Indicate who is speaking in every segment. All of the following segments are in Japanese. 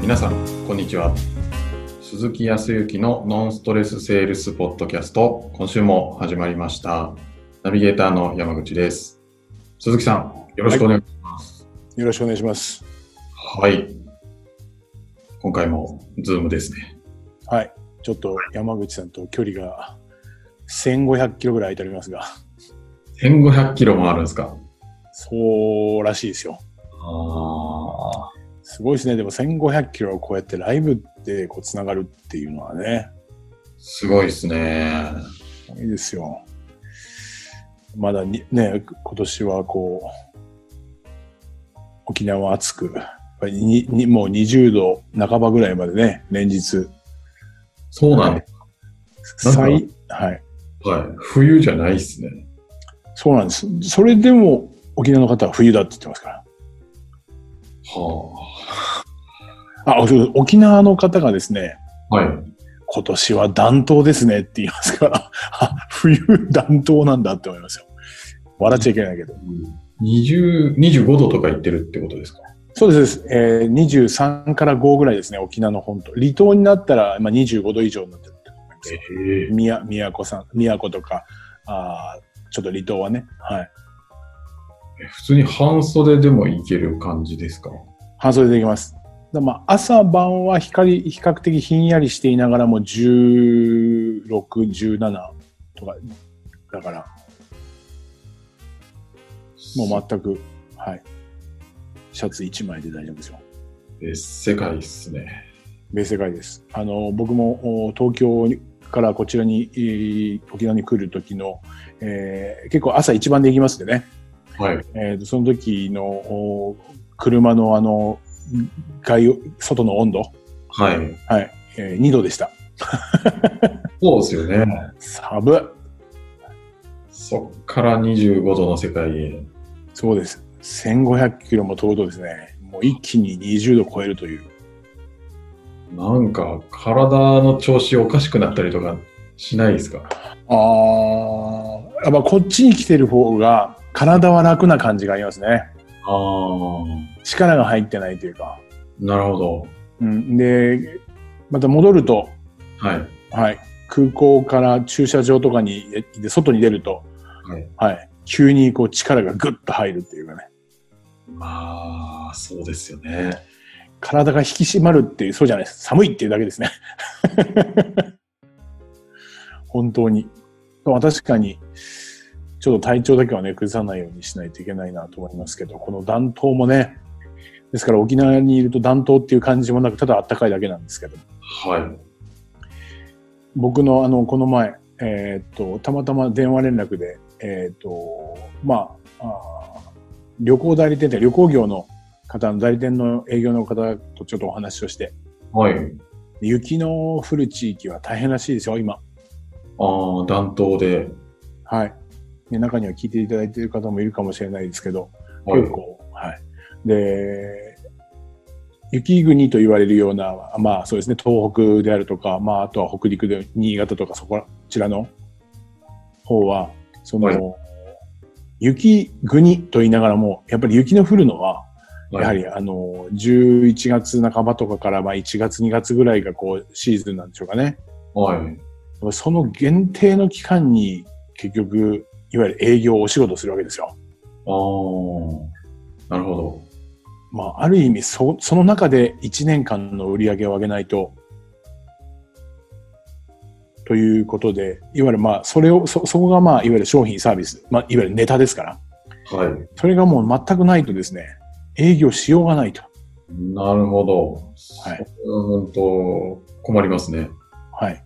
Speaker 1: 皆さん、こんにちは。鈴木康之のノンストレスセールスポッドキャスト、今週も始まりました。ナビゲーターの山口です。鈴木さん、よろしくお願いします。
Speaker 2: よろしくお願いします。
Speaker 1: はい。今回もズームですね。
Speaker 2: はい。ちょっと山口さんと距離が1500キロぐらい空いておりますが、
Speaker 1: 1500キロもあるんですか
Speaker 2: そうらしいですよ。
Speaker 1: あ
Speaker 2: すごいですね。でも1500キロをこうやってライブでこうつながるっていうのはね、
Speaker 1: すごいですね。
Speaker 2: いいですよ。まだにね、今年はこう、沖縄暑く、やっぱりににもう20度半ばぐらいまでね、連日。
Speaker 1: そうなんでなんか
Speaker 2: 最、は
Speaker 1: す。
Speaker 2: い。
Speaker 1: はい。冬じゃないですね。
Speaker 2: そうなんです。それでも沖縄の方は冬だって言ってますから。
Speaker 1: は
Speaker 2: あ、そう沖縄の方がですね、
Speaker 1: あ。はい。
Speaker 2: 今年は暖冬ですねって言いますから、 あ冬暖冬なんだって思いますよ。笑っちゃいけないけど。
Speaker 1: 20 25度とか言ってるってことですか
Speaker 2: そうです。そうですえー23から5ぐらいですね、沖縄の本島。離島になったら、まあ、25度以上になってると思いますよ。
Speaker 1: ええ
Speaker 2: 宮宮古さん、宮古とか、あーちょっと離島はね、はい。
Speaker 1: 普通に半袖でもいける感じですか
Speaker 2: 半袖でいきます。だまあ、朝晩は光比較的ひんやりしていながらも16、17とか、だからもう全く、はい。シャツ1枚で大丈夫ですよ。
Speaker 1: え世界っすね。
Speaker 2: 別世界です。あの、僕もお東京にからこちらに、えー沖縄に来る時の、えー結構朝一番で行きますんでね。
Speaker 1: はい。
Speaker 2: えーとその時のお車のあの、外を、外の温度、
Speaker 1: はい。
Speaker 2: はい、えー2度でした。
Speaker 1: そうですよね。
Speaker 2: 寒い。
Speaker 1: そっから25度の世界へ。
Speaker 2: そうです。1500キロも飛ぶとですね、もう一気に20度超えるという。
Speaker 1: なんか、体の調子おかしくなったりとかしないですか
Speaker 2: ああ、やっぱこっちに来てる方が体は楽な感じがありますね。
Speaker 1: ああ。
Speaker 2: 力が入ってないというか。
Speaker 1: なるほど。
Speaker 2: うん、で、また戻ると、
Speaker 1: はい。
Speaker 2: はい、空港から駐車場とかに、えで外に出ると、
Speaker 1: はい。
Speaker 2: はい、急にこう力がぐっと入るっていうかね、
Speaker 1: まあ、そうですよね。
Speaker 2: 体が引き締まるっていう、そうじゃないです。寒いっていうだけですね。 本当に。まあ確かに、ちょっと体調だけはね、崩さないようにしないといけないなと思いますけど、この暖冬もね、ですから沖縄にいると暖冬っていう感じもなく、ただ暖かいだけなんですけど、
Speaker 1: はい。
Speaker 2: 僕のあの、この前、えーっと、たまたま電話連絡で、えーっと、まあ、あー旅行代理店って旅行業の方の代理店の営業の方とちょっとお話をして、
Speaker 1: はい。
Speaker 2: 雪の降る地域は大変らしいですよ、今。
Speaker 1: ああ、暖冬で。
Speaker 2: はい。ね中には聞いていただいている方もいるかもしれないですけど、
Speaker 1: はい。
Speaker 2: 結構、はい。で、雪国と言われるような、まあそうですね、東北であるとか、まああとは北陸で、新潟とかそこちらの方は、その、
Speaker 1: はい
Speaker 2: 雪国と言いながらも、やっぱり雪の降るのは、
Speaker 1: はい
Speaker 2: やはりあの、11月半ばとかから、まあ1月2月ぐらいがこうシーズンなんでしょうかね。
Speaker 1: はい。
Speaker 2: その限定の期間に結局、いわゆる営業、お仕事するわけですよ。
Speaker 1: ああ。なるほど。
Speaker 2: まあ、ある意味そ、その中で1年間の売り上げを上げないと、ということで、いわゆるまあ、それを、そ、そこがまあ、いわゆる商品サービス、まあ、いわゆるネタですから、
Speaker 1: はい。
Speaker 2: それがもう全くないとですね、営業しようがないと。
Speaker 1: なるほど。
Speaker 2: はい。
Speaker 1: うんと、困りますね。
Speaker 2: はい。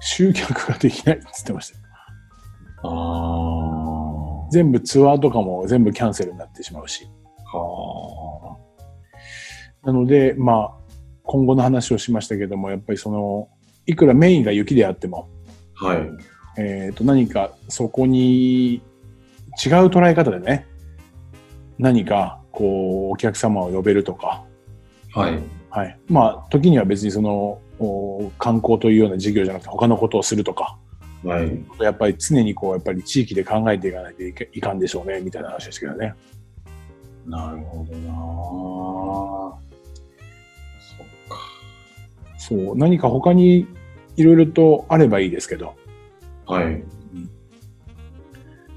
Speaker 2: 集客ができないって言ってました。
Speaker 1: ああ。
Speaker 2: 全部ツアーとかも全部キャンセルになってしまうし。
Speaker 1: は
Speaker 2: なので、まあ、今後の話をしましたけども、やっぱりその、いくらメインが雪であっても、
Speaker 1: あ。はい。
Speaker 2: えっ、と、何かそこに違う捉え方でね、何か、こう、お客様を呼べるとか、
Speaker 1: はい。
Speaker 2: はい。まあ、時には別にその、お観光というような事業じゃなくて他のことをするとか、
Speaker 1: はい。
Speaker 2: やっぱり常にこう、やっぱり地域で考えていかないといけいかんでしょうね、みたいな話でしたけどね。
Speaker 1: なるほどなあそっ
Speaker 2: そう、何か他にいろいろとあればいいですけど、
Speaker 1: はい。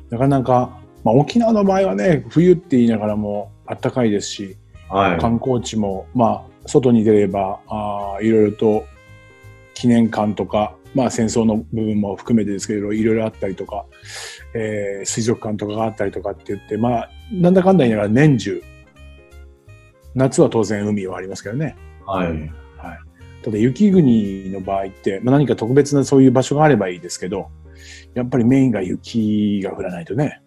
Speaker 2: なかなか、まあ、沖縄の場合はね、冬って言いながらも暖かいですし、
Speaker 1: はい。
Speaker 2: 観光地も、まあ、外に出れば、あーいろいろと記念館とか、まあ、戦争の部分も含めてですけど、いろいろあったりとか、えー水族館とかがあったりとかって言って、まあ、なんだかんだ言いながら年中、夏は当然海はありますけどね。
Speaker 1: はい。
Speaker 2: ただ雪国の場合って、まあ、何か特別なそういう場所があればいいですけど、やっぱりメインが雪が降らないとね、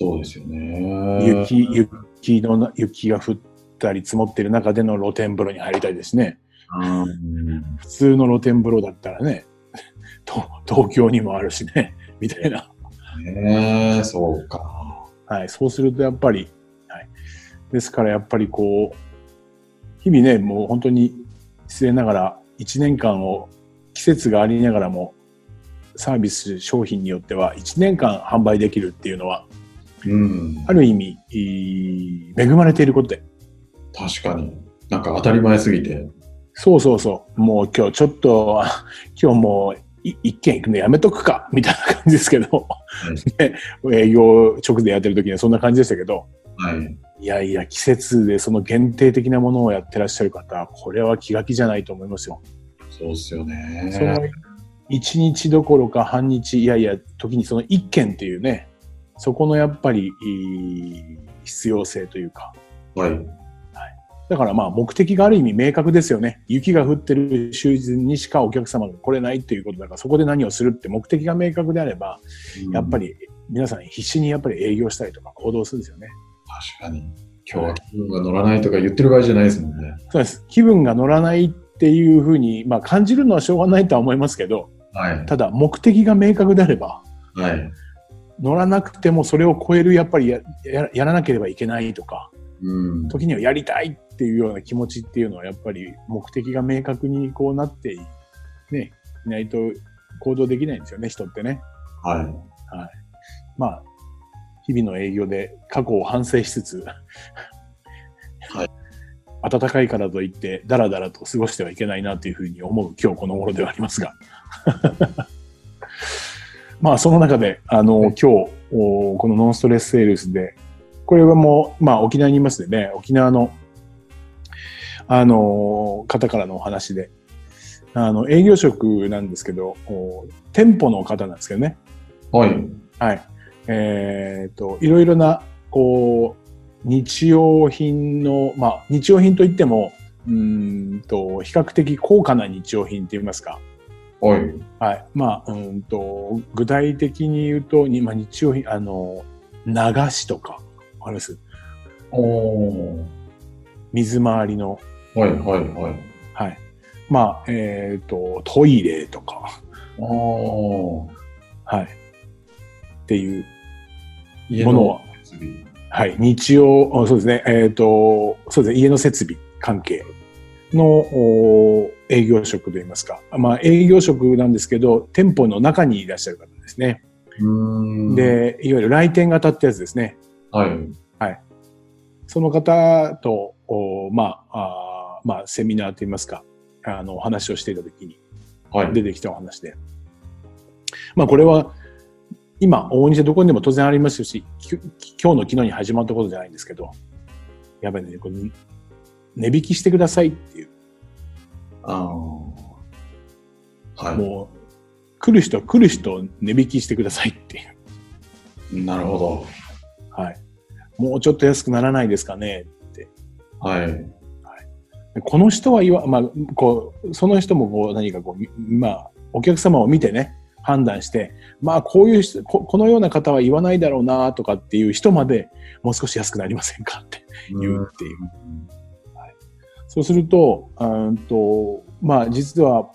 Speaker 1: そうですよね。
Speaker 2: 雪、雪のな、雪が降ったり積もってる中での露天風呂に入りたいですね。
Speaker 1: うん
Speaker 2: 普通の露天風呂だったらね、 と東京にもあるしね、 みたいな。
Speaker 1: ねえ、そうか。
Speaker 2: はい、そうするとやっぱり、はい、ですからやっぱりこう、日々ね、もう本当に失礼ながら、1年間を季節がありながらも、サービス商品によっては1年間販売できるっていうのは、
Speaker 1: うん。
Speaker 2: ある意味、いい恵まれていることで。
Speaker 1: 確かに。なんか当たり前すぎて。
Speaker 2: そうそうそう。もう今日ちょっと、 あ今日もうい一軒行くのやめとくか、 みたいな感じですけど、 営業直でやってる時にはそんな感じでしたけど、
Speaker 1: はい。
Speaker 2: いやいや、季節でその限定的なものをやってらっしゃる方、これは気が気じゃないと思いますよ。
Speaker 1: そうっすよ
Speaker 2: その
Speaker 1: ね。
Speaker 2: 1日どころか半日、いやいや、時にその1件っていうね、そこのやっぱり、いい必要性というか。
Speaker 1: はい。
Speaker 2: だからまあ目的がある意味明確ですよね。雪が降ってるシーズンにしかお客様が来れないっていうことだから、そこで何をするって目的が明確であれば、やっぱ
Speaker 1: り。
Speaker 2: り皆さん必死にやっぱり営業したりとか行動するんですよね。
Speaker 1: 確かに。今日は気分が乗らないとか言ってる場合じゃないですもんね。
Speaker 2: そうです。気分が乗らないっていうふうに、まあ感じるのはしょうがないとは思いますけど、
Speaker 1: はい。
Speaker 2: ただ目的が明確であれば、
Speaker 1: はい。
Speaker 2: 乗らなくてもそれを超えるやっぱりやややらなければいけないとか、
Speaker 1: うん。
Speaker 2: 時にはやりたいっていうような気持ちっていうのはやっぱり目的が明確にこうなってい,、ね、いないと行動できないんですよね、人ってね。
Speaker 1: はい。
Speaker 2: まあ、日々の営業で過去を反省しつつ、
Speaker 1: はい
Speaker 2: 暖かいからといって、だらだらと過ごしてはいけないなというふうに思う今日この頃ではありますが。 まあ、その中で、あの、今日、おこのノンストレスセールスで、これはもう、まあ、沖縄にいますでね、沖縄の、あの、方からのお話で、あの、営業職なんですけど、お店舗の方なんですけどね、
Speaker 1: はい。
Speaker 2: はい。えっ、と、いろいろな、こう、日用品の、まあ、日用品といっても、うーんと、比較的高価な日用品って言いますか。
Speaker 1: はい。
Speaker 2: はい。まあ、うーんと、具体的に言うと、にまあ、日用品、あの、流しとか、あれです。
Speaker 1: おー。
Speaker 2: 水回りの、
Speaker 1: はいはいはい。
Speaker 2: はい。まあ、えっ、と、トイレとか、
Speaker 1: おー。
Speaker 2: はい。っていう
Speaker 1: 家
Speaker 2: ものは、
Speaker 1: 設備。
Speaker 2: はい、日曜、あそうですね、えっ、と、そうですね、家の設備関係のおー営業職といいますか、まあ、営業職なんですけど、店舗の中にいらっしゃる方ですね。
Speaker 1: うーん。、
Speaker 2: で、いわゆる来店型ってやつですね。
Speaker 1: はい。
Speaker 2: その方と、おーまあ、あーまあ、セミナーといいますか、あの、お話をしていたときに
Speaker 1: はい。
Speaker 2: 出てきたお話で。まあ、これは、今、大西どこにでも当然ありますし、き今日の昨日に始まったことじゃないんですけど、やばいね、これ値引きしてくださいっていう、
Speaker 1: あー。は
Speaker 2: もう、来る人は来る人を値引きしてくださいっていう。
Speaker 1: い。なるほ
Speaker 2: はい。もうちょっと安くならないですかね。
Speaker 1: ど。はい。
Speaker 2: でこの人は言わ、まあ、こう、その人もこう、何かこうみ、まあ、お客様を見てね、判断して、まあ、こういう人こ、このような方は言わないだろうなとかっていう人まで、もう少し安くなりませんかって。言うっていう。はい、そうすると、うーんと、まあ実は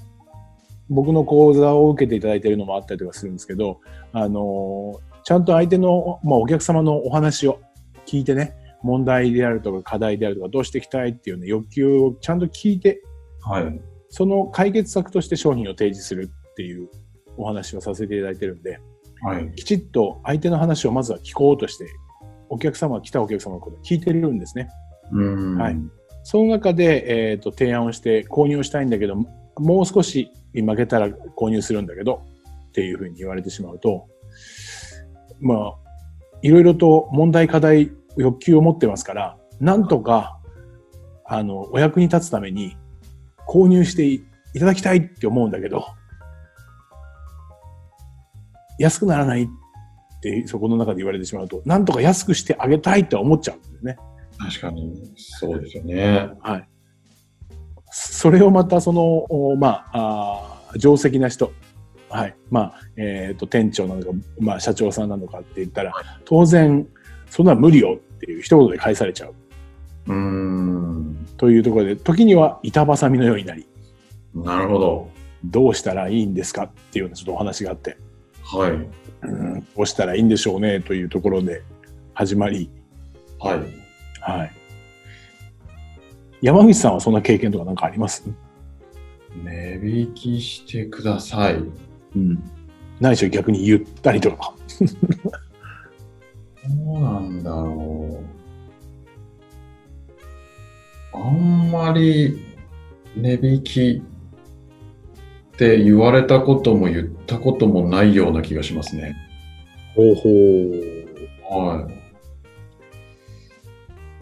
Speaker 2: 僕の講座を受けていただいているのもあったりとかするんですけど、あの、ちゃんと相手の、まあお客様のお話を聞いてね、問題であるとか課題であるとかどうしていきたいっていうね、欲求をちゃんと聞いて、
Speaker 1: はい。
Speaker 2: その解決策として商品を提示するっていうお話をさせていただいてるんで、
Speaker 1: はい。
Speaker 2: きちっと相手の話をまずは聞こうとして、お客様が来たお客様のことを聞いてるんですね。
Speaker 1: うーん。
Speaker 2: はいその中で、えー、と提案をして購入をしたいんだけどもう少し負けたら購入するんだけど、っていうふうに言われてしまうと、まあ、いろいろと問題課題、欲求を持ってますから、なんとか、あの、お役に立つために、購入していいただきたいって思うんだけど、安くならないって、そこの中で言われてしまうと、なんとか安くしてあげたいとは思っちゃうんですよね。
Speaker 1: 確かに、そうですよね。
Speaker 2: はい。それをまたその、おまあ、あー定石な人、はい。まあ、えっ、と、店長なのか、まあ、社長さんなのかって言ったら、当然、そんな無理よっていう一言で返されちゃう
Speaker 1: うーん、
Speaker 2: というところで、時には板挟みのようになり、
Speaker 1: なるほど。
Speaker 2: どうしたらいいんですかっていうようなちょっとお話があって、
Speaker 1: はい、
Speaker 2: うん、どうしたらいいんでしょうねというところで始まり、
Speaker 1: はい。
Speaker 2: はい。山口さんはそんな経験とかなんかあります
Speaker 1: 値引きしてください。
Speaker 2: うん。ないしは逆に言ったりとか。
Speaker 1: どうなんだろう。あんまり値引きって言われたことも言ったこともないような気がしますね。
Speaker 2: 方法。
Speaker 1: はい。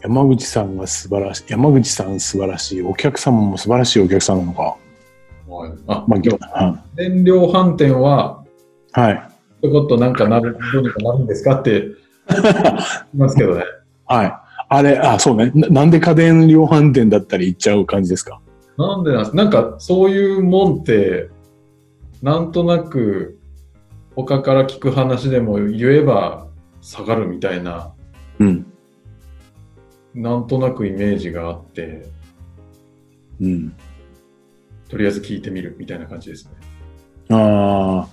Speaker 2: 山口さんが素晴らしい。山口さん素晴らしい。お客様も素晴らしいお客さんなのか。
Speaker 1: はい、あ、
Speaker 2: まあ、ぎ
Speaker 1: 今
Speaker 2: ょ
Speaker 1: 日、家電量販店は、
Speaker 2: はい。
Speaker 1: ちょこっとなんかなる、どうにかなるんですかって言いますけどね。
Speaker 2: はい。あれ、あ、そうね。ななんで家電量販店だったり行っちゃう感じですか
Speaker 1: なんでなんすなんかそういうもんって、なんとなく他から聞く話でも言えば下がるみたいな、
Speaker 2: うん。
Speaker 1: なんとなくイメージがあって、
Speaker 2: うん。
Speaker 1: とりあえず聞いてみるみたいな感じですね。
Speaker 2: あ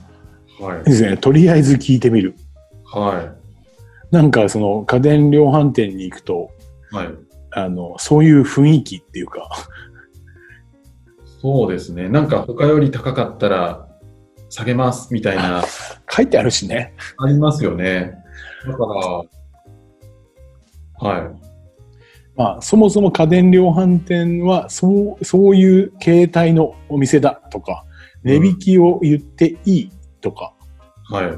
Speaker 2: あ、
Speaker 1: はい
Speaker 2: いい。ですね。とりあえず聞いてみる。
Speaker 1: は
Speaker 2: なんかその家電量販店に行くと、
Speaker 1: い。はい。
Speaker 2: あの、そういう雰囲気っていうか、
Speaker 1: そうですね。なんか他より高かったら下げますみたいな、
Speaker 2: 書いてあるしね。
Speaker 1: ありますよね。だから、はい。
Speaker 2: まあ、そもそも家電量販店は、そう、そういう形態のお店だとか、値引きを言っていいとか、
Speaker 1: はい。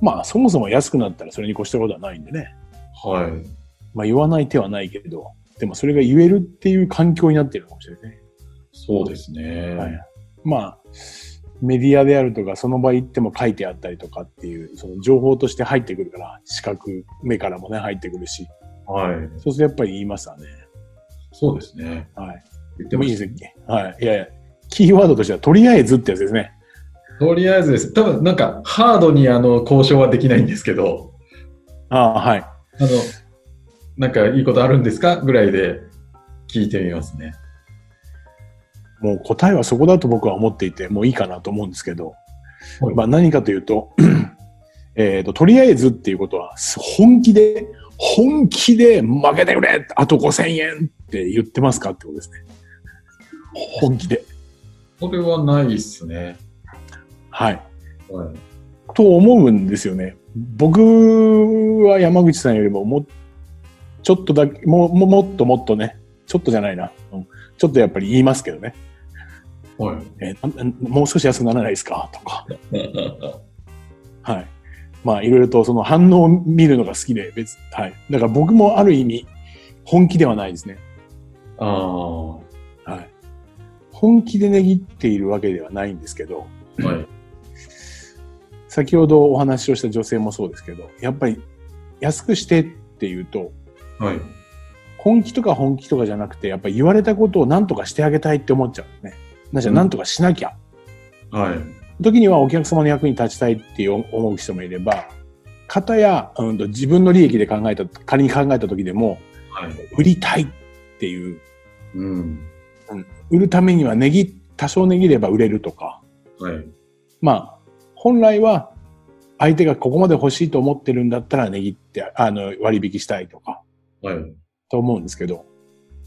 Speaker 2: まあ、そもそも安くなったらそれに越したことはないんでね。
Speaker 1: はい。
Speaker 2: まあ、言わない手はないけれど、でもそれが言えるっていう環境になってるかもしれないね。
Speaker 1: そうですね。
Speaker 2: はい。まあ、メディアであるとか、その場行っても書いてあったりとかっていう、その情報として入ってくるから、視覚、目からもね、入ってくるし、
Speaker 1: はい。
Speaker 2: そうするとやっぱり言いますわね。
Speaker 1: そうですね。
Speaker 2: はい。
Speaker 1: 言って
Speaker 2: で
Speaker 1: ま
Speaker 2: もい
Speaker 1: し
Speaker 2: い
Speaker 1: た
Speaker 2: ですね。はい。いやいや、キーワードとしては、とりあえずってやつですね。
Speaker 1: とりあえずです。多分なんか、ハードにあの、交渉はできないんですけど、
Speaker 2: ああ、はい。
Speaker 1: あの、なんかいいことあるんですかぐらいで聞いてみますね。
Speaker 2: もう答えはそこだと僕は思っていて、もういいかなと思うんですけど、
Speaker 1: はい
Speaker 2: まあ何かというと、 えっと、とりあえずっていうことは、本気で、本気で負けてくれあと5000円って言ってますかってことですね。本気で。
Speaker 1: それはないっすね。
Speaker 2: はい。
Speaker 1: はい。
Speaker 2: と思うんですよね。僕は山口さんよりももうちょっとだけもうももっともっとねちょっとじゃないな、うんちょっとやっぱり言いますけどね、
Speaker 1: はい。
Speaker 2: えーななもう少し安くならないですかとか、はい、まあいろいろとその反応を見るのが好きで別、はい、だから僕もある意味本気ではないですね、
Speaker 1: ああ。は
Speaker 2: はい、本気で値切っているわけではないんですけど
Speaker 1: い。
Speaker 2: 先ほどお話をした女性もそうですけどやっぱり安くしてっていうと
Speaker 1: はい。
Speaker 2: 本気とか本気とかじゃなくて、やっぱり言われたことを何とかしてあげたいって思っちゃうね。なじゃ
Speaker 1: うん
Speaker 2: 何とかしなきゃ。
Speaker 1: はい。
Speaker 2: 時にはお客様の役に立ちたいっていう思う人もいれば、方や、うん、と自分の利益で考えた、仮に考えた時でも、
Speaker 1: はい。
Speaker 2: 売りたいっていう、
Speaker 1: うん。
Speaker 2: 売るためには値切、多少値切れば売れるとか、
Speaker 1: はい。
Speaker 2: まあ、本来は相手がここまで欲しいと思ってるんだったら値切って、あの、割引したいとか、
Speaker 1: はい。
Speaker 2: と思うんですけど、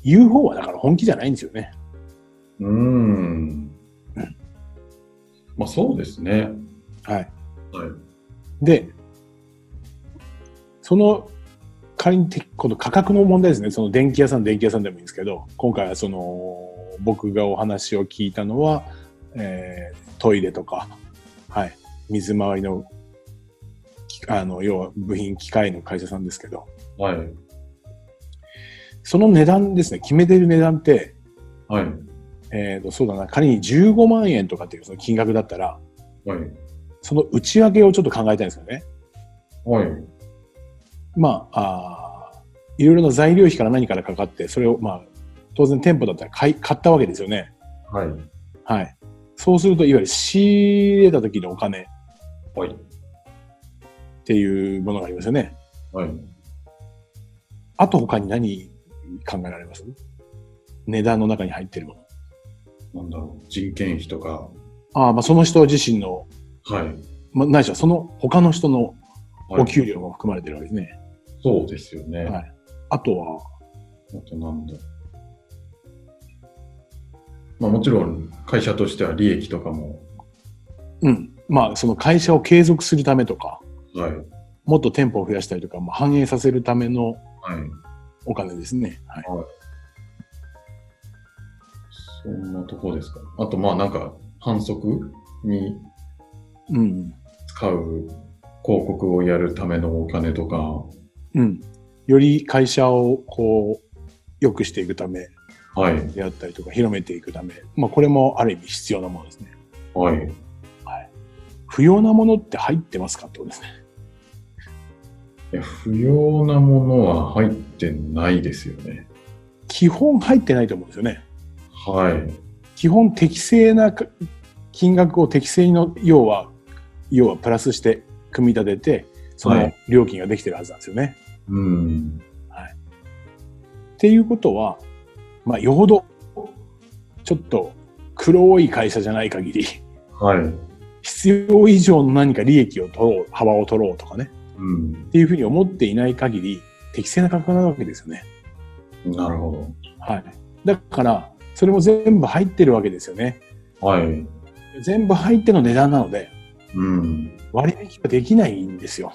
Speaker 2: 言う方はだから本気じゃないんですよね。
Speaker 1: うーん。まあそうですね。
Speaker 2: はい。
Speaker 1: はい。
Speaker 2: で、その、仮にてこの価格の問題ですね。その電気屋さん、電気屋さんでもいいんですけど、今回はその、僕がお話を聞いたのは、えートイレとか、はい、水回りの、きあの、要は部品、機械の会社さんですけど、
Speaker 1: はい。
Speaker 2: その値段ですね、決めてる値段って、
Speaker 1: はい。
Speaker 2: えっ、と、そうだな、仮に15万円とかっていうその金額だったら、
Speaker 1: はい。
Speaker 2: その内訳をちょっと考えたいんですよね。
Speaker 1: はい。
Speaker 2: まあ、あーいろいろな材料費から何からかかって、それを、まあ、当然店舗だったら買い買ったわけですよね。
Speaker 1: はい。
Speaker 2: はい。そうすると、いわゆる仕入れた時のお金っ
Speaker 1: はい。
Speaker 2: ていうものがありますよね。
Speaker 1: はい。
Speaker 2: あと他に何考えられます値段の中に入ってるもの。
Speaker 1: なんだろう。人件費とか。
Speaker 2: ああ、まあその人自身の、
Speaker 1: はい。
Speaker 2: まあ、ないしはその他の人の
Speaker 1: はい
Speaker 2: お給料も含まれてるわけですね。
Speaker 1: そうですよね。
Speaker 2: はいあとは、
Speaker 1: あとなんだろう。まあもちろん会社としては利益とかも、
Speaker 2: うん。まあその会社を継続するためとか、
Speaker 1: はい。は
Speaker 2: もっと店舗を増やしたりとか、まあ、繁栄させるための
Speaker 1: い。
Speaker 2: お金ですね。はい。
Speaker 1: そんなとこですか、あとまあなんか反則に
Speaker 2: うん。
Speaker 1: 使う広告をやるためのお金とか、
Speaker 2: うん。より会社をこう、良くしていくため
Speaker 1: はい。
Speaker 2: であったりとか、広めていくため、まあこれもある意味必要なものですね。
Speaker 1: はい。
Speaker 2: 不要なものって入ってますかってことですね。
Speaker 1: いや不要なものは入ってないですよね。
Speaker 2: 基本入ってないと思うんですよね。
Speaker 1: はい。
Speaker 2: 基本適正なか金額を適正の要は要はプラスして組み立ててそ
Speaker 1: は
Speaker 2: の
Speaker 1: い
Speaker 2: 料金ができてるはずなんですよね。
Speaker 1: うん。
Speaker 2: っていうことは、まあ、よほどちょっと黒い会社じゃない限り
Speaker 1: はい。
Speaker 2: 必要以上の何か利益を取ろう幅を取ろうとかね
Speaker 1: うん
Speaker 2: っ。ていうふうに思っていない限り適正な価格なわけですよね。
Speaker 1: なるほ
Speaker 2: はい、だからそれも全部入ってるわけですよね。
Speaker 1: ど。はい。
Speaker 2: 全部入っての値段なので
Speaker 1: うん。
Speaker 2: 割引はできないんですよ。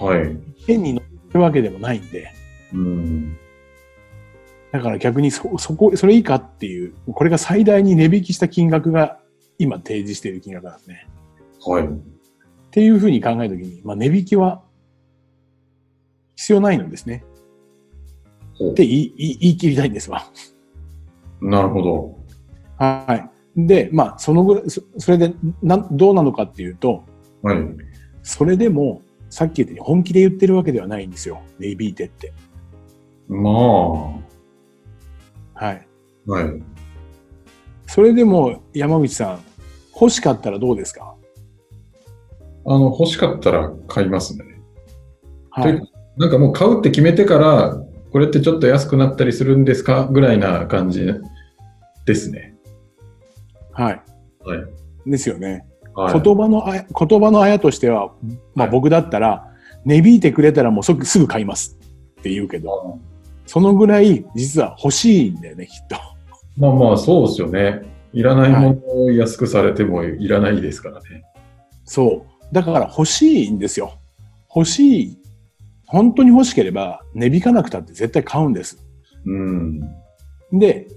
Speaker 1: はい。
Speaker 2: 変に乗ってるわけでもないんで、
Speaker 1: うん。
Speaker 2: だから逆にそ、そこ、それ以下っていう、これが最大に値引きした金額が今提示している金額なんですね。
Speaker 1: はい。
Speaker 2: っていうふうに考えるときに、まあ値引きは必要ないのですね。
Speaker 1: ほう
Speaker 2: って言い言い言い切りたいんですわ。
Speaker 1: なるほど。
Speaker 2: はい。で、まあそのぐらい、そそれでなん、どうなのかっていうと、
Speaker 1: はい。
Speaker 2: それでも、さっき言ったように本気で言ってるわけではないんですよ。値引いてって。
Speaker 1: まあ。
Speaker 2: はい。
Speaker 1: はい。
Speaker 2: それでも山口さん、欲しかったらどうですか
Speaker 1: あの、欲しかったら買いますね。
Speaker 2: は
Speaker 1: というなんかもう買うって決めてから、これってちょっと安くなったりするんですかぐらいな感じですね。
Speaker 2: はい。
Speaker 1: はい。
Speaker 2: ですよね。
Speaker 1: はい。
Speaker 2: 言葉のあや、言葉のあやとしては、まあ僕だったら、値引いてくれたらもう即すぐ買いますって言うけど、そのぐらい実は欲しいんだよね、きっと。
Speaker 1: まあまあ、そうですよね。いらないものを安くされてもいらないですからね。
Speaker 2: そう。だから欲しいんですよ。欲しい。本当に欲しければ、値引かなくたって絶対買うんです。
Speaker 1: うん。
Speaker 2: で、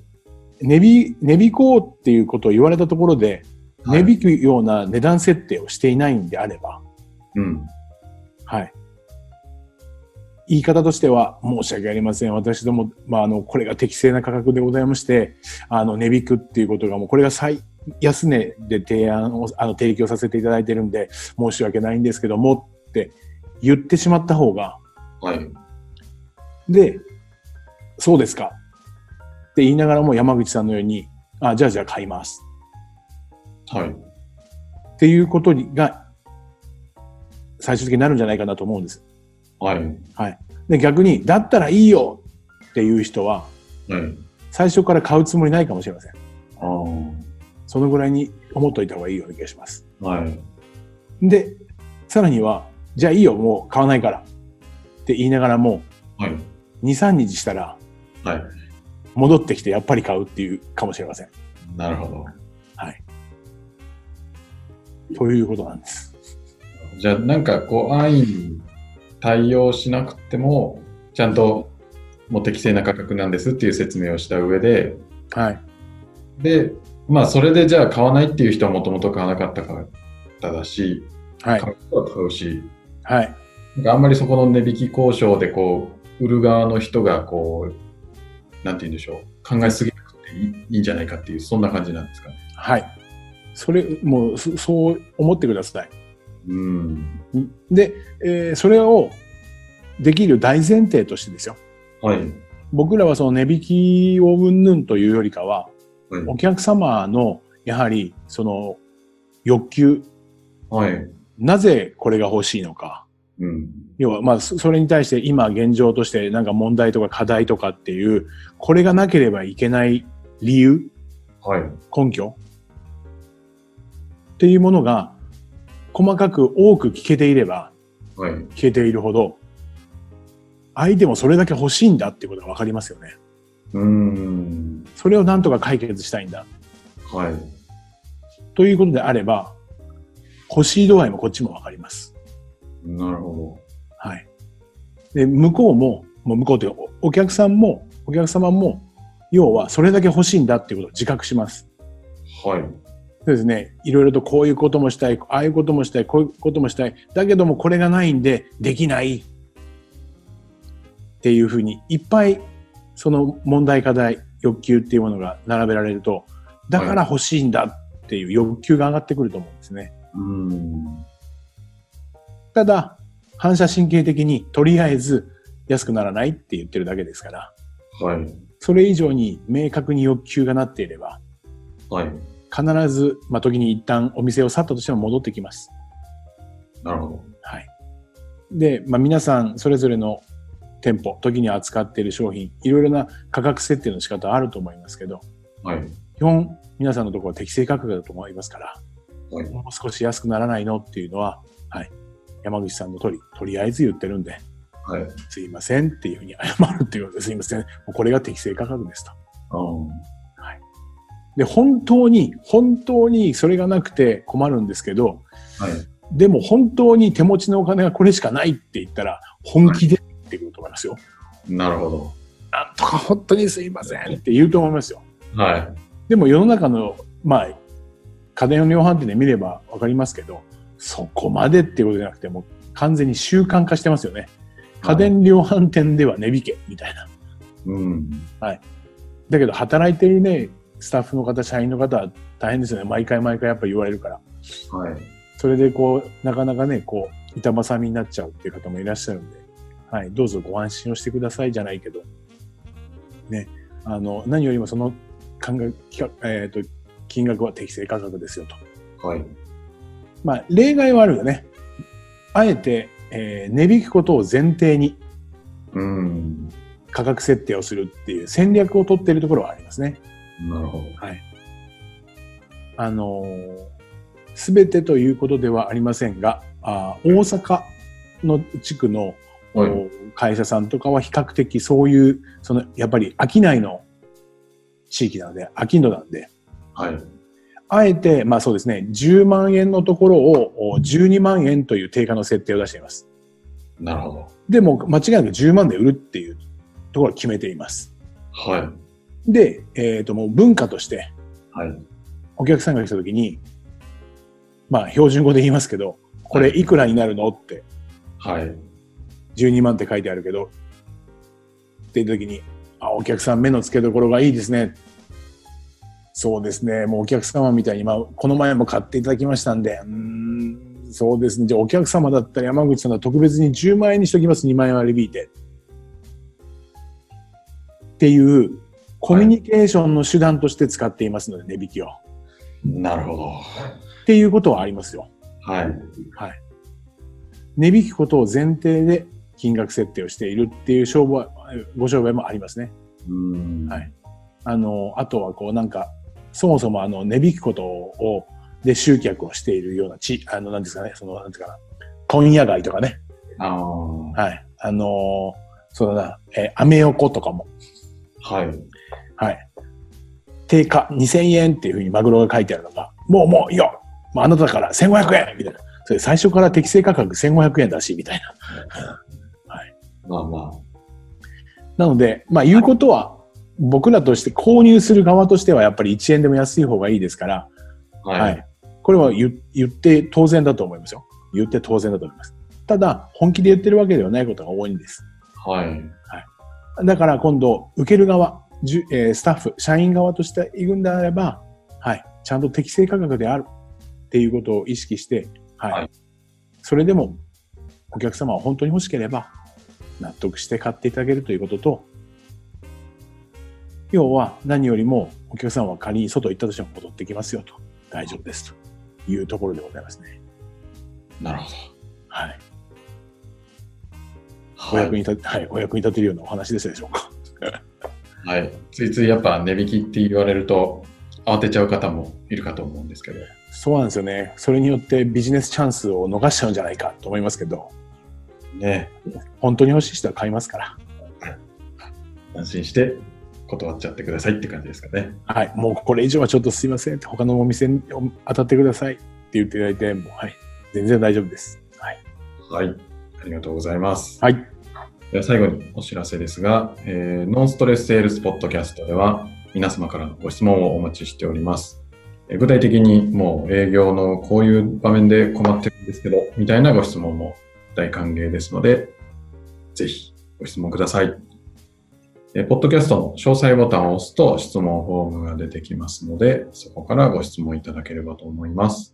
Speaker 2: 値引、値引こうっていうことを言われたところで、
Speaker 1: はい
Speaker 2: 値引くような値段設定をしていないんであれば、
Speaker 1: うん。
Speaker 2: はい。言い方としては、申し訳ありません。私ども、まあ、あの、これが適正な価格でございまして、あの、値引くっていうことが、もうこれが最安値で提案を、あの、提供させていただいてるんで、申し訳ないんですけども、って言ってしまった方が、
Speaker 1: はい。
Speaker 2: で、そうですか。って言いながらも山口さんのように、あ、じゃあじゃあ買います。
Speaker 1: はい。
Speaker 2: っていうことにが、最終的になるんじゃないかなと思うんです。
Speaker 1: はい。
Speaker 2: で逆にだったらいいよっていう人は
Speaker 1: はい。
Speaker 2: 最初から買うつもりないかもしれません
Speaker 1: ああ。
Speaker 2: そのぐらいに思っといた方がいいような気がします
Speaker 1: はい。
Speaker 2: でさらにはじゃあいいよもう買わないからって言いながらも
Speaker 1: はい。
Speaker 2: 23日したら
Speaker 1: はい。
Speaker 2: 戻ってきてやっぱり買うっていうかもしれません
Speaker 1: なるほど。
Speaker 2: ということなんです
Speaker 1: じゃあ、なんかこう、安易に対応しなくても、ちゃんと、もう適正な価格なんですっていう説明をした上で、
Speaker 2: はい
Speaker 1: で、まあ、それでじゃあ買わないっていう人はもともと買わなかった方だし、
Speaker 2: はい。
Speaker 1: 買う人は買うし、
Speaker 2: はい。
Speaker 1: なんかあんまりそこの値引き交渉でこう、売る側の人がこう、なんて言うんでしょう、考えすぎなくていいいいんじゃないかっていう、そんな感じなんですかね。
Speaker 2: はい。それ、もう、そそう思ってください。
Speaker 1: うん。
Speaker 2: で、えーそれをできる大前提としてですよ。
Speaker 1: はい。
Speaker 2: 僕らはその値引きを云々というよりかは、
Speaker 1: はい
Speaker 2: お客様のやはりその欲求、
Speaker 1: はい。
Speaker 2: なぜこれが欲しいのか。
Speaker 1: うん。
Speaker 2: 要は、まあ、そそれに対して今現状としてなんか問題とか課題とかっていう、これがなければいけない理由、
Speaker 1: はい。
Speaker 2: 根拠っていうものが細かく多く聞けていれば、
Speaker 1: はい。
Speaker 2: 消えているほど、相手もそれだけ欲しいんだっていうことが分かりますよね。
Speaker 1: うん。
Speaker 2: それをなんとか解決したいんだ。
Speaker 1: はい。
Speaker 2: ということであれば、欲しい度合いもこっちも分かります。
Speaker 1: なるほ
Speaker 2: はい。で、向こうも、もう向こうというかおお客さんも、お客様も、要はそれだけ欲しいんだっていうことを自覚します。
Speaker 1: ど。はい。
Speaker 2: そうですね。いろいろとこういうこともしたい、ああいうこともしたい、こういうこともしたい。だけどもこれがないんでできない。っていうふうに、いっぱいその問題課題、欲求っていうものが並べられると、だから欲しいんだっていう欲求が上がってくると思うんですね。
Speaker 1: うん。
Speaker 2: ただ、反射神経的にとりあえず安くならないって言ってるだけですから、
Speaker 1: はい。
Speaker 2: それ以上に明確に欲求がなっていれば、
Speaker 1: はい。
Speaker 2: 必ず、まあ、時に一旦お店を去ったとしても戻ってきます。
Speaker 1: なるほど。
Speaker 2: はい。で、まあ、皆さんそれぞれの店舗、時に扱っている商品、いろいろな価格設定の仕方あると思いますけど、
Speaker 1: はい。
Speaker 2: 基本皆さんのところは適正価格だと思いますから、
Speaker 1: はい。
Speaker 2: もう少し安くならないのっていうのは、はい。山口さんの通り、とりあえず言ってるんで、
Speaker 1: はい。あ
Speaker 2: すいませんっていうふうに謝るっていうことです。すいません。もうこれが適正価格ですと。
Speaker 1: ー
Speaker 2: で、本当に、本当にそれがなくて困るんですけど、
Speaker 1: はい。
Speaker 2: でも本当に手持ちのお金がこれしかないって言ったら、本気でってくると思いますよ。
Speaker 1: なるほ
Speaker 2: なんとか本当にすいませんって言うと思いますよ。
Speaker 1: ど。はい。
Speaker 2: でも世の中の、まあ、家電量販店で見ればわかりますけど、そこまでっていうことじゃなくて、もう完全に習慣化してますよね。家電量販店では値引けみたいな。
Speaker 1: うん。
Speaker 2: だけど働いてるね、スタッフの方、社員の方は大変ですよね。毎回毎回やっぱ言われるから。
Speaker 1: はい。
Speaker 2: それでこう、なかなかね、こう、板挟みになっちゃうっていう方もいらっしゃるんで、はい、どうぞご安心をしてくださいじゃないけど、ね、あの、何よりもその考え、企画えっ、と、金額は適正価格ですよと。
Speaker 1: はい。
Speaker 2: まあ、例外はあるよね。あえて、えー値引くことを前提に
Speaker 1: うん。
Speaker 2: 価格設定をするっていう戦略を取っているところはありますね。
Speaker 1: なるほど。
Speaker 2: あのすべてということではありませんが、あー大阪の地区の、
Speaker 1: はい
Speaker 2: お会社さんとかは比較的そういう、その、やっぱり商いの地域なので、商人なんで、
Speaker 1: はい。
Speaker 2: あえて、まあそうですね、10万円のところをお12万円という定価の設定を出しています。
Speaker 1: なるほど。
Speaker 2: でも、間違いなく10万で売るっていうところを決めています。
Speaker 1: はい。
Speaker 2: で、えっ、と、もう文化として、
Speaker 1: はい。
Speaker 2: お客さんが来た時に、まあ、標準語で言いますけど、これいくらになるのって、
Speaker 1: はい。
Speaker 2: 12万って書いてあるけど、っていう時に、あ、お客さん目の付けどころがいいですね。そうですね。もうお客様みたいに、まあ、この前も買っていただきましたんで、うーん、そうですね。じゃあお客様だったら山口さんは特別に10万円にしときます。2万円割引いて。っていう、コミュニケーションの手段として使っていますので、値引きを。
Speaker 1: なるほど。
Speaker 2: っていうことはありますよ。
Speaker 1: はい。
Speaker 2: 値引くことを前提で金額設定をしているっていう商売、ご商売もありますね。
Speaker 1: うん。
Speaker 2: はいあの、あとはこうなんか、そもそもあの、値引くことを、で集客をしているような地、あの、なんですかね、その、なんていうかな、問屋街とかね。
Speaker 1: ああ。
Speaker 2: はい。あのーそうだな、えーアメ横とかも、
Speaker 1: はい。
Speaker 2: はい。定価2000円っていうふうにマグロが書いてあるのが、もうもういいよもうあなただから1500円みたいな。それ最初から適正価格1500円だし、みたいな。
Speaker 1: まあま
Speaker 2: なので、まあ言うことは僕らとして購入する側としてはやっぱり1円でも安い方がいいですから、
Speaker 1: はい。
Speaker 2: はい。これは言言って当然だと思いますよ。言って当然だと思います。ただ、本気で言ってるわけではないことが多いんです。
Speaker 1: はい。
Speaker 2: だから今度、受ける側、じゅえースタッフ、社員側としていくんであれば、はい、ちゃんと適正価格であるっていうことを意識して、はい。
Speaker 1: はい
Speaker 2: それでも、お客様は本当に欲しければ、納得して買っていただけるということと、要は何よりもお客様は仮に外行ったとしても戻ってきますよと、大丈夫ですというところでございますね。
Speaker 1: なるほど。
Speaker 2: はい。お
Speaker 1: は
Speaker 2: 役
Speaker 1: い。
Speaker 2: に立て、はい、お役に立てるようなお話でしたでしょうか。
Speaker 1: はい、ついついやっぱ値引きって言われると、慌てちゃう方もいるかと思うんですけど。
Speaker 2: そうなんですよね。それによってビジネスチャンスを逃しちゃうんじゃないかと思いますけど、
Speaker 1: ね。
Speaker 2: 本当に欲しい人は買いますから。
Speaker 1: 安心して断っちゃってくださいって感じですかね。
Speaker 2: はい。もうこれ以上はちょっとすいませんって他のお店に当たってくださいって言っていただいて、もう、はい。全然大丈夫です。はい。
Speaker 1: はい。ありがとうございます。
Speaker 2: はい。
Speaker 1: では最後にお知らせですが、えーノンストレスセールスポッドキャストでは皆様からのご質問をお待ちしております。えー具体的にもう営業のこういう場面で困ってるんですけど、みたいなご質問も大歓迎ですので、ぜひご質問ください。えーポッドキャストの詳細ボタンを押すと質問フォームが出てきますので、そこからご質問いただければと思います。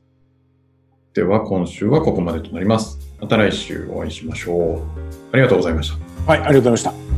Speaker 1: では今週はここまでとなります。また来週お会いしましょう。ありがとうございました。
Speaker 2: はい。ありがとうございました。